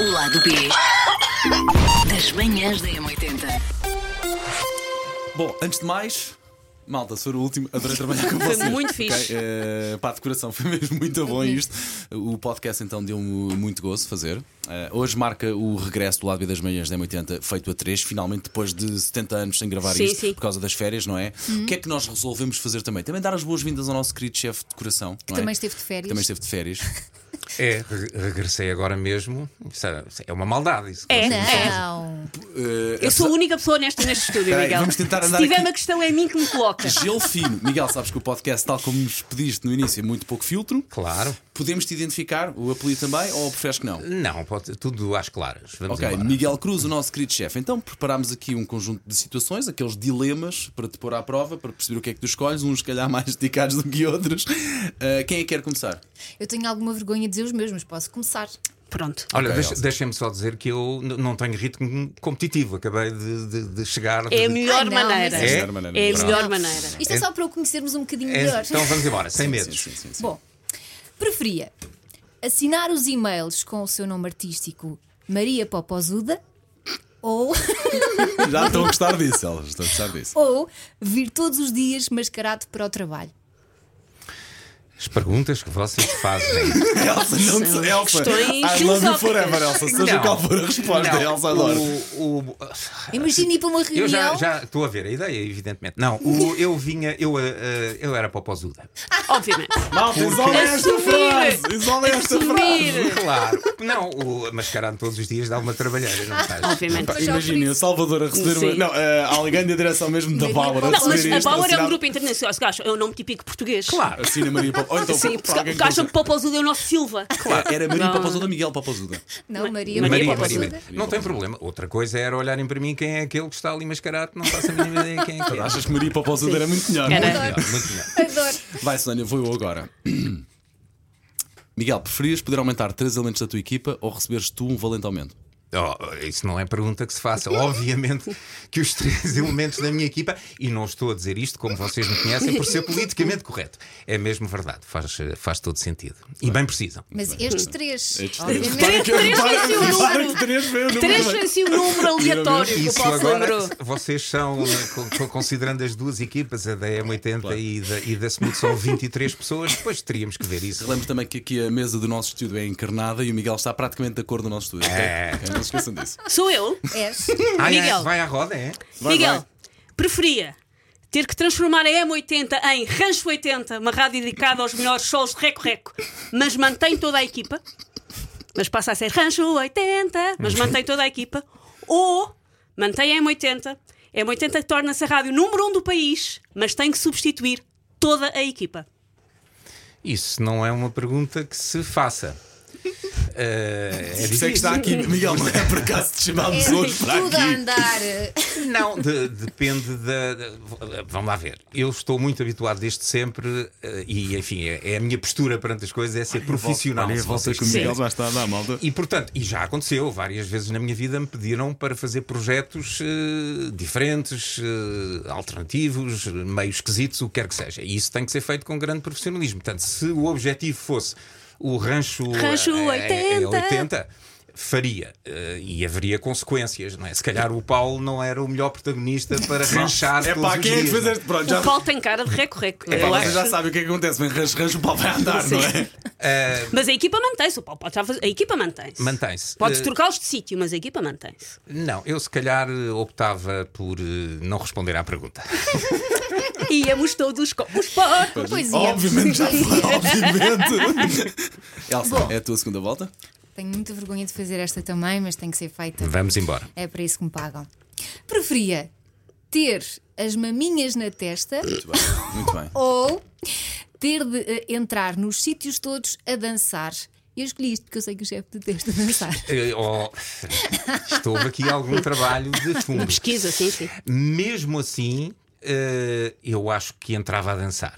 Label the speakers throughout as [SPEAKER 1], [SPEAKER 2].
[SPEAKER 1] O lado B das manhãs da M80.
[SPEAKER 2] Bom, antes de mais, malta, sou o último, adorei trabalhar com vocês.
[SPEAKER 3] muito
[SPEAKER 2] ok?
[SPEAKER 3] fixe.
[SPEAKER 2] Eh, pá, de coração, foi mesmo muito bom isto. O podcast então deu-me muito gozo fazer. Eh, hoje marca o regresso do Lado B das Manhãs da M80, feito a 3, finalmente depois de 70 anos sem gravar
[SPEAKER 3] Sim,
[SPEAKER 2] isto
[SPEAKER 3] sim.
[SPEAKER 2] por causa das férias, não é? O que é que nós resolvemos fazer também? Também dar as boas-vindas ao nosso querido chefe de coração. Que
[SPEAKER 4] também esteve de férias.
[SPEAKER 2] Também esteve de férias.
[SPEAKER 5] É, re- regressei agora mesmo. Isso é- isso é uma maldade isso.
[SPEAKER 3] É.
[SPEAKER 4] Não.
[SPEAKER 2] Eh,
[SPEAKER 3] Eu sou a única pessoa nesta, neste estúdio,
[SPEAKER 2] Espera aí,
[SPEAKER 3] Miguel.
[SPEAKER 2] vamos tentar
[SPEAKER 3] Se
[SPEAKER 2] andar
[SPEAKER 3] tiver
[SPEAKER 2] aqui.
[SPEAKER 3] uma questão, é a mim que me coloca.
[SPEAKER 2] Gelo fino. Miguel, sabes que o podcast, tal como nos pediste no início, é muito pouco filtro.
[SPEAKER 5] Claro.
[SPEAKER 2] Podemos te identificar, o apelido também, ou preferes que não?
[SPEAKER 5] Não, pode, tudo às claras. Vamos
[SPEAKER 2] Ok,
[SPEAKER 5] embora.
[SPEAKER 2] Miguel Cruz, o nosso querido chefe. Então preparámos aqui um conjunto de situações, aqueles dilemas para te pôr à prova, para perceber o que é que tu escolhes, uns se calhar mais dedicados do que outros. Ah, quem é que quer começar?
[SPEAKER 4] Eu tenho alguma vergonha de dizer os meus, mas posso começar.
[SPEAKER 3] Pronto.
[SPEAKER 5] Olha,
[SPEAKER 2] Ok,
[SPEAKER 5] deixa-
[SPEAKER 2] Elsa.
[SPEAKER 5] deixem-me só dizer que eu n- não tenho ritmo competitivo. Acabei de, de- de chegar.
[SPEAKER 3] É a
[SPEAKER 5] de-
[SPEAKER 3] melhor
[SPEAKER 4] Ai, não,
[SPEAKER 3] maneira.
[SPEAKER 4] mas
[SPEAKER 2] É?
[SPEAKER 3] É,
[SPEAKER 2] Melhor maneira.
[SPEAKER 3] a
[SPEAKER 2] Pronto.
[SPEAKER 3] melhor maneira.
[SPEAKER 4] Isto é só para o conhecermos um bocadinho
[SPEAKER 5] É,
[SPEAKER 4] melhor.
[SPEAKER 5] então vamos embora, sem
[SPEAKER 2] Sim,
[SPEAKER 5] medos.
[SPEAKER 2] sim, sim, sim, sim.
[SPEAKER 4] Bom, preferia assinar os e-mails com o seu nome artístico Maria Popozuda ou,
[SPEAKER 2] Já estão a gostar disso, elas estão a gostar disso.
[SPEAKER 4] ou vir todos os dias mascarado para o trabalho.
[SPEAKER 5] As perguntas que vocês fazem.
[SPEAKER 2] Elsa, não
[SPEAKER 3] São
[SPEAKER 2] te Elsa.
[SPEAKER 3] questões
[SPEAKER 2] I love you
[SPEAKER 3] filosóficas.
[SPEAKER 2] forever, Elsa. Seja
[SPEAKER 5] Não.
[SPEAKER 2] qual for a resposta,
[SPEAKER 5] Não,
[SPEAKER 2] Elsa, adoro.
[SPEAKER 5] o- o-
[SPEAKER 4] Imagina ir para uma reunião.
[SPEAKER 5] eu já já estou a ver a ideia, evidentemente. Não, o- eu vinha, eu, ah, ah, eu era popozuda.
[SPEAKER 3] Obviamente.
[SPEAKER 2] Malta, isolem esta
[SPEAKER 3] Assumir.
[SPEAKER 2] frase! Isolem esta frase!
[SPEAKER 3] Assumir.
[SPEAKER 5] Claro. Não, o mascarado todos os dias dá uma trabalheira, não faz?
[SPEAKER 3] Obviamente.
[SPEAKER 4] Mas já
[SPEAKER 2] Imaginem, o Salvador a receber
[SPEAKER 3] Sim.
[SPEAKER 2] uma. Não, eh, alguém da direção mesmo da
[SPEAKER 4] Maria
[SPEAKER 2] Bauer a
[SPEAKER 4] Paula.
[SPEAKER 3] Não,
[SPEAKER 2] receber
[SPEAKER 3] mas a
[SPEAKER 2] isto,
[SPEAKER 3] Bauer é um
[SPEAKER 2] assinado-
[SPEAKER 3] grupo internacional. Se calhar É um nome típico português.
[SPEAKER 5] Claro.
[SPEAKER 2] Assina Maria Papozuda. Ou então,
[SPEAKER 3] Sim,
[SPEAKER 2] para alguém
[SPEAKER 3] porque
[SPEAKER 2] que não
[SPEAKER 3] acham que Popozuda é o nosso Silva.
[SPEAKER 2] Claro, era Maria
[SPEAKER 3] Não.
[SPEAKER 2] Papazuda, Miguel Papazuda.
[SPEAKER 4] Não, Maria,
[SPEAKER 3] Maria
[SPEAKER 4] Maria
[SPEAKER 3] Popozuda.
[SPEAKER 4] Popozuda.
[SPEAKER 5] Não tem problema. Outra coisa era olharem para mim quem é aquele que está ali mascarado, que não faço a mínima ideia quem é que é.
[SPEAKER 2] Achas que Maria Papazuda era muito melhor?
[SPEAKER 3] Era.
[SPEAKER 5] Muito melhor, muito melhor.
[SPEAKER 3] É.
[SPEAKER 4] Adoro.
[SPEAKER 2] Vai, Sónia, vou eu agora. Miguel, preferias poder aumentar 3 elementos da tua equipa ou receberes tu um valente aumento?
[SPEAKER 5] Oh, isso não é pergunta que se faça. Obviamente que os três elementos da minha equipa, e não estou a dizer isto como vocês me conhecem, por ser politicamente correto. É mesmo verdade, faz, faz todo sentido. E bem precisam.
[SPEAKER 4] Mas estes três,
[SPEAKER 2] Estes três.
[SPEAKER 4] obviamente.
[SPEAKER 3] Três vezes o número.
[SPEAKER 2] três vezes.
[SPEAKER 3] Três vezes o número aleatório que o
[SPEAKER 5] Isso
[SPEAKER 3] Paulo lembrou.
[SPEAKER 5] agora, vocês são, eh, co- co- considerando as duas equipas, a da M80 e, da, e da Smooth, são 23 pessoas, depois teríamos que ver isso.
[SPEAKER 2] Lembro também que aqui a mesa do nosso estúdio é encarnada e o Miguel está praticamente da cor do nosso estúdio. ok?
[SPEAKER 5] É.
[SPEAKER 2] Ok, Não se esqueçam disso.
[SPEAKER 3] Sou eu.
[SPEAKER 4] És.
[SPEAKER 5] Ah, é?
[SPEAKER 3] Miguel.
[SPEAKER 5] vai à roda, é?
[SPEAKER 2] Vai,
[SPEAKER 3] Miguel,
[SPEAKER 2] vai.
[SPEAKER 3] preferia ter que transformar a M80 em Rancho 80, uma rádio dedicada aos melhores shows de reco-reco, mas mantém toda a equipa, mas passa a ser Rancho 80, mas mantém toda a equipa, ou mantém a M80, a M80 torna-se a rádio número um do país, mas tem que substituir toda a equipa.
[SPEAKER 5] Isso não é uma pergunta que se faça. Eh, é
[SPEAKER 2] Isso é que
[SPEAKER 5] difícil.
[SPEAKER 2] está aqui, Miguel, não é por acaso te
[SPEAKER 3] É,
[SPEAKER 2] chamámos hoje para
[SPEAKER 4] tudo a
[SPEAKER 2] aqui.
[SPEAKER 4] andar.
[SPEAKER 5] Não, de- depende da. da- vamos lá ver. Eu estou muito habituado desde sempre, eh, e enfim, é, é a minha postura perante as coisas, é ser profissional.
[SPEAKER 2] Olha,
[SPEAKER 5] se
[SPEAKER 2] volta
[SPEAKER 5] vocês
[SPEAKER 2] que o Miguel
[SPEAKER 5] quiserem.
[SPEAKER 2] já está a dar malta.
[SPEAKER 5] E portanto, e já aconteceu, várias vezes na minha vida me pediram para fazer projetos eh, diferentes, eh, alternativos, eh, meio esquisitos, o que quer que seja. E isso tem que ser feito com grande profissionalismo. Portanto, se o objetivo fosse o rancho,
[SPEAKER 3] Rancho
[SPEAKER 5] eh, eh,
[SPEAKER 3] 80.
[SPEAKER 5] 80, faria eh, e haveria consequências, não é? Se calhar o Paulo não era o melhor protagonista para ranchar
[SPEAKER 2] É
[SPEAKER 5] todos
[SPEAKER 2] pá,
[SPEAKER 5] os
[SPEAKER 2] quem é que
[SPEAKER 5] dias,
[SPEAKER 2] fez
[SPEAKER 5] não é?
[SPEAKER 2] este? Pronto, já
[SPEAKER 3] O Paulo tem cara de reco-reco,
[SPEAKER 5] É,
[SPEAKER 3] eu
[SPEAKER 5] vocês
[SPEAKER 2] Vocês já
[SPEAKER 3] acho.
[SPEAKER 2] sabem o que é que acontece, vem rancho, rancho, o pau vai andar, não é?
[SPEAKER 3] Mas a equipa mantém-se, o Paulo pode já fazer- a equipa mantém-se.
[SPEAKER 5] Mantém-se.
[SPEAKER 3] Podes
[SPEAKER 5] Eh,
[SPEAKER 3] trocá-los de sítio, mas a equipa mantém-se.
[SPEAKER 5] Não, eu se calhar eh, optava por eh, não responder à pergunta.
[SPEAKER 3] Íamos todos como os porcos.
[SPEAKER 4] Pois é.
[SPEAKER 2] Obviamente, já foi, obviamente. Elsa, é a tua segunda volta?
[SPEAKER 4] Tenho muita vergonha de fazer esta também, mas tem que ser feita.
[SPEAKER 5] Vamos embora.
[SPEAKER 4] É para isso que me pagam. Preferia ter as maminhas na testa
[SPEAKER 2] Muito bem, muito bem.
[SPEAKER 4] ou ter de eh, entrar nos sítios todos a dançar. Eu escolhi isto porque eu sei que o chefe detesta dançar.
[SPEAKER 5] Eh, Oh, estou aqui algum trabalho de fundo.
[SPEAKER 3] Pesquisa, sim, sim.
[SPEAKER 5] Mesmo assim, eh, eu acho que entrava a dançar,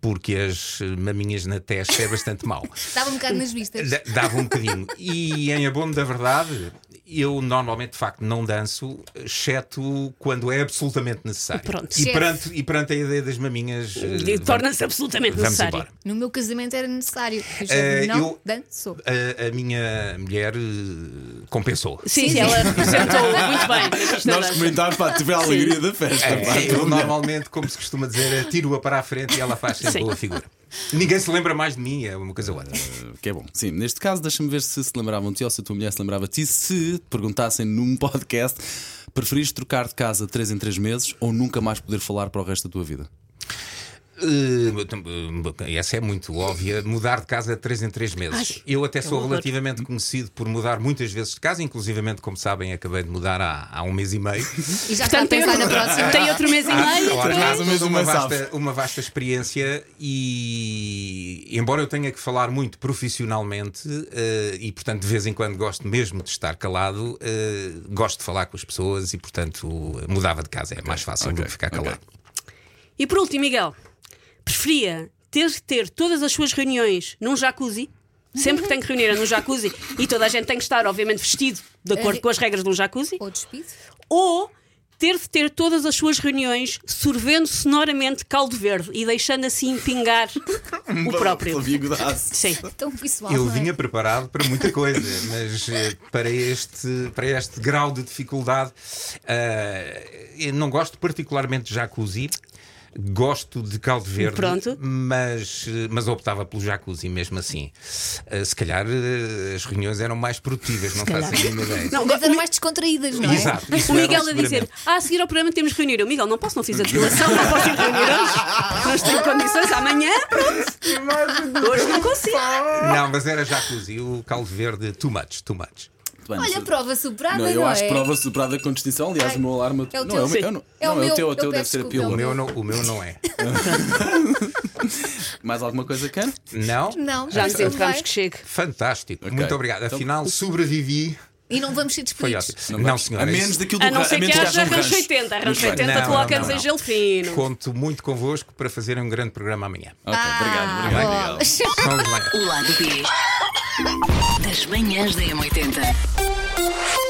[SPEAKER 5] porque as maminhas na testa é bastante mau.
[SPEAKER 4] Estava um bocado nas vistas.
[SPEAKER 5] D- Dava um bocadinho. E em abono da verdade, Eu normalmente, de facto, não danço, exceto quando é absolutamente necessário.
[SPEAKER 3] Pronto.
[SPEAKER 5] e,
[SPEAKER 4] Chefe.
[SPEAKER 5] perante, e perante a ideia das maminhas. eh,
[SPEAKER 3] E Torna-se absolutamente
[SPEAKER 5] vamos
[SPEAKER 3] necessário.
[SPEAKER 5] embora.
[SPEAKER 4] No meu casamento era necessário. Eu já
[SPEAKER 5] Eh,
[SPEAKER 4] não
[SPEAKER 5] eu-
[SPEAKER 4] dançou.
[SPEAKER 5] A, a minha mulher eh, compensou.
[SPEAKER 3] Sim, sim, ela representou muito bem. mas isto não
[SPEAKER 2] Nós
[SPEAKER 3] dá.
[SPEAKER 2] comentámos, pá, tive a alegria da festa.
[SPEAKER 5] É,
[SPEAKER 2] pá.
[SPEAKER 5] eu normalmente, como se costuma dizer, é tiro-a para a frente e ela faz sempre
[SPEAKER 3] Sim.
[SPEAKER 5] boa figura. Ninguém se lembra mais de mim, é uma coisa ou outra.
[SPEAKER 2] Que é bom. Sim, neste caso, deixa-me ver se se lembravam de ti ou se a tua mulher se lembrava de ti. Se te perguntassem num podcast, preferiste trocar de casa 3 em 3 meses ou nunca mais poder falar para o resto da tua vida?
[SPEAKER 5] Eh, Essa é muito óbvia. Mudar de casa de 3 em 3 meses. eu até sou
[SPEAKER 3] é um horror.
[SPEAKER 5] relativamente conhecido por mudar muitas vezes de casa, inclusivamente, como sabem, acabei de mudar há, há um mês e meio.
[SPEAKER 4] E já está a
[SPEAKER 3] Portanto, tem
[SPEAKER 4] pensar na
[SPEAKER 3] outro,
[SPEAKER 4] próxima.
[SPEAKER 3] tem outro mês e
[SPEAKER 5] Ah,
[SPEAKER 3] meio.
[SPEAKER 5] Claro,
[SPEAKER 3] depois.
[SPEAKER 5] há
[SPEAKER 2] Mais ou menos
[SPEAKER 5] toda
[SPEAKER 2] uma
[SPEAKER 5] uma vasta, uma vasta experiência e embora eu tenha que falar muito profissionalmente eh, e portanto de vez em quando gosto mesmo de estar calado, eh, gosto de falar com as pessoas e portanto mudava de casa, é mais fácil do
[SPEAKER 2] ok,
[SPEAKER 5] que ficar
[SPEAKER 2] ok.
[SPEAKER 5] calado.
[SPEAKER 3] E por último, Miguel, preferia ter que ter todas as suas reuniões num jacuzzi? Sempre que tenho que reunir é num jacuzzi e toda a gente tem que estar, obviamente, vestido de acordo com as regras de um jacuzzi,
[SPEAKER 4] Ou despido.
[SPEAKER 3] ou ter de ter todas as suas reuniões sorvendo sonoramente caldo verde e deixando assim pingar
[SPEAKER 5] Um
[SPEAKER 3] o próprio.
[SPEAKER 2] Amigo da Aço.
[SPEAKER 3] Sim.
[SPEAKER 4] Tão visual.
[SPEAKER 5] Eu
[SPEAKER 4] não é?
[SPEAKER 5] vinha preparado para muita coisa, mas eh, para este, para este grau de dificuldade, eh, eu não gosto particularmente de jacuzzi. Gosto de caldo verde,
[SPEAKER 3] Pronto.
[SPEAKER 5] Mas, eh, mas optava pelo jacuzzi mesmo assim. Eh, se calhar eh, as reuniões eram mais produtivas, não faço a mínima ideia.
[SPEAKER 3] Não,
[SPEAKER 4] Mas eram mais descontraídas, não é?
[SPEAKER 5] Exato. isso
[SPEAKER 3] O Miguel
[SPEAKER 5] era
[SPEAKER 3] a dizer,
[SPEAKER 5] seguramente.
[SPEAKER 3] ah, a seguir ao programa temos reunião. Eu, Miguel, não posso, não fiz a depilação, não posso ir reunir hoje. Não estou em condições, amanhã, pronto. Hoje não consigo. "Oh!"
[SPEAKER 5] Não, mas era jacuzzi, o caldo verde, too much, too much.
[SPEAKER 2] Muito bem,
[SPEAKER 4] Olha,
[SPEAKER 2] não sei-
[SPEAKER 4] prova superada,
[SPEAKER 2] Não,
[SPEAKER 4] não,
[SPEAKER 2] eu acho
[SPEAKER 4] é?
[SPEAKER 2] prova superada com distinção. Aliás,
[SPEAKER 4] Ai,
[SPEAKER 2] o meu alarme.
[SPEAKER 4] é o
[SPEAKER 2] não,
[SPEAKER 4] teu,
[SPEAKER 2] é o meu.
[SPEAKER 4] sim.
[SPEAKER 2] eu não-
[SPEAKER 4] É o
[SPEAKER 2] não, é o
[SPEAKER 4] meu,
[SPEAKER 2] teu, o
[SPEAKER 4] eu
[SPEAKER 2] teu deve
[SPEAKER 4] peço
[SPEAKER 2] ser a
[SPEAKER 4] desculpa, é
[SPEAKER 5] O
[SPEAKER 2] pílula.
[SPEAKER 5] meu não, o meu não é.
[SPEAKER 2] Mais alguma coisa, Cano?
[SPEAKER 5] Não?
[SPEAKER 4] Não,
[SPEAKER 3] Já
[SPEAKER 4] mas
[SPEAKER 3] nos
[SPEAKER 4] ele
[SPEAKER 3] encontramos
[SPEAKER 4] vai.
[SPEAKER 3] que chegue.
[SPEAKER 5] Fantástico, muito obrigado.
[SPEAKER 2] Então-
[SPEAKER 5] Afinal, sobrevivi.
[SPEAKER 4] E não vamos ser
[SPEAKER 5] Foi
[SPEAKER 4] despedidos.
[SPEAKER 5] ótimo. Não, senhora.
[SPEAKER 2] A menos
[SPEAKER 5] isso-
[SPEAKER 2] daquilo do
[SPEAKER 3] A não
[SPEAKER 2] ra-
[SPEAKER 3] ser
[SPEAKER 2] menos
[SPEAKER 3] que haja
[SPEAKER 2] um
[SPEAKER 3] rancho
[SPEAKER 2] rancho.
[SPEAKER 3] 80. Rancho
[SPEAKER 2] Muito bem.
[SPEAKER 3] 80
[SPEAKER 5] Não,
[SPEAKER 3] colocamos
[SPEAKER 5] não,
[SPEAKER 3] em
[SPEAKER 5] não.
[SPEAKER 3] gelo fino.
[SPEAKER 5] Conto muito convosco para fazerem um grande programa amanhã.
[SPEAKER 2] Ok, obrigado, obrigado.
[SPEAKER 4] Ah,
[SPEAKER 2] obrigado.
[SPEAKER 4] bolas.
[SPEAKER 5] Vamos lá.
[SPEAKER 1] O lado B das manhãs da M80.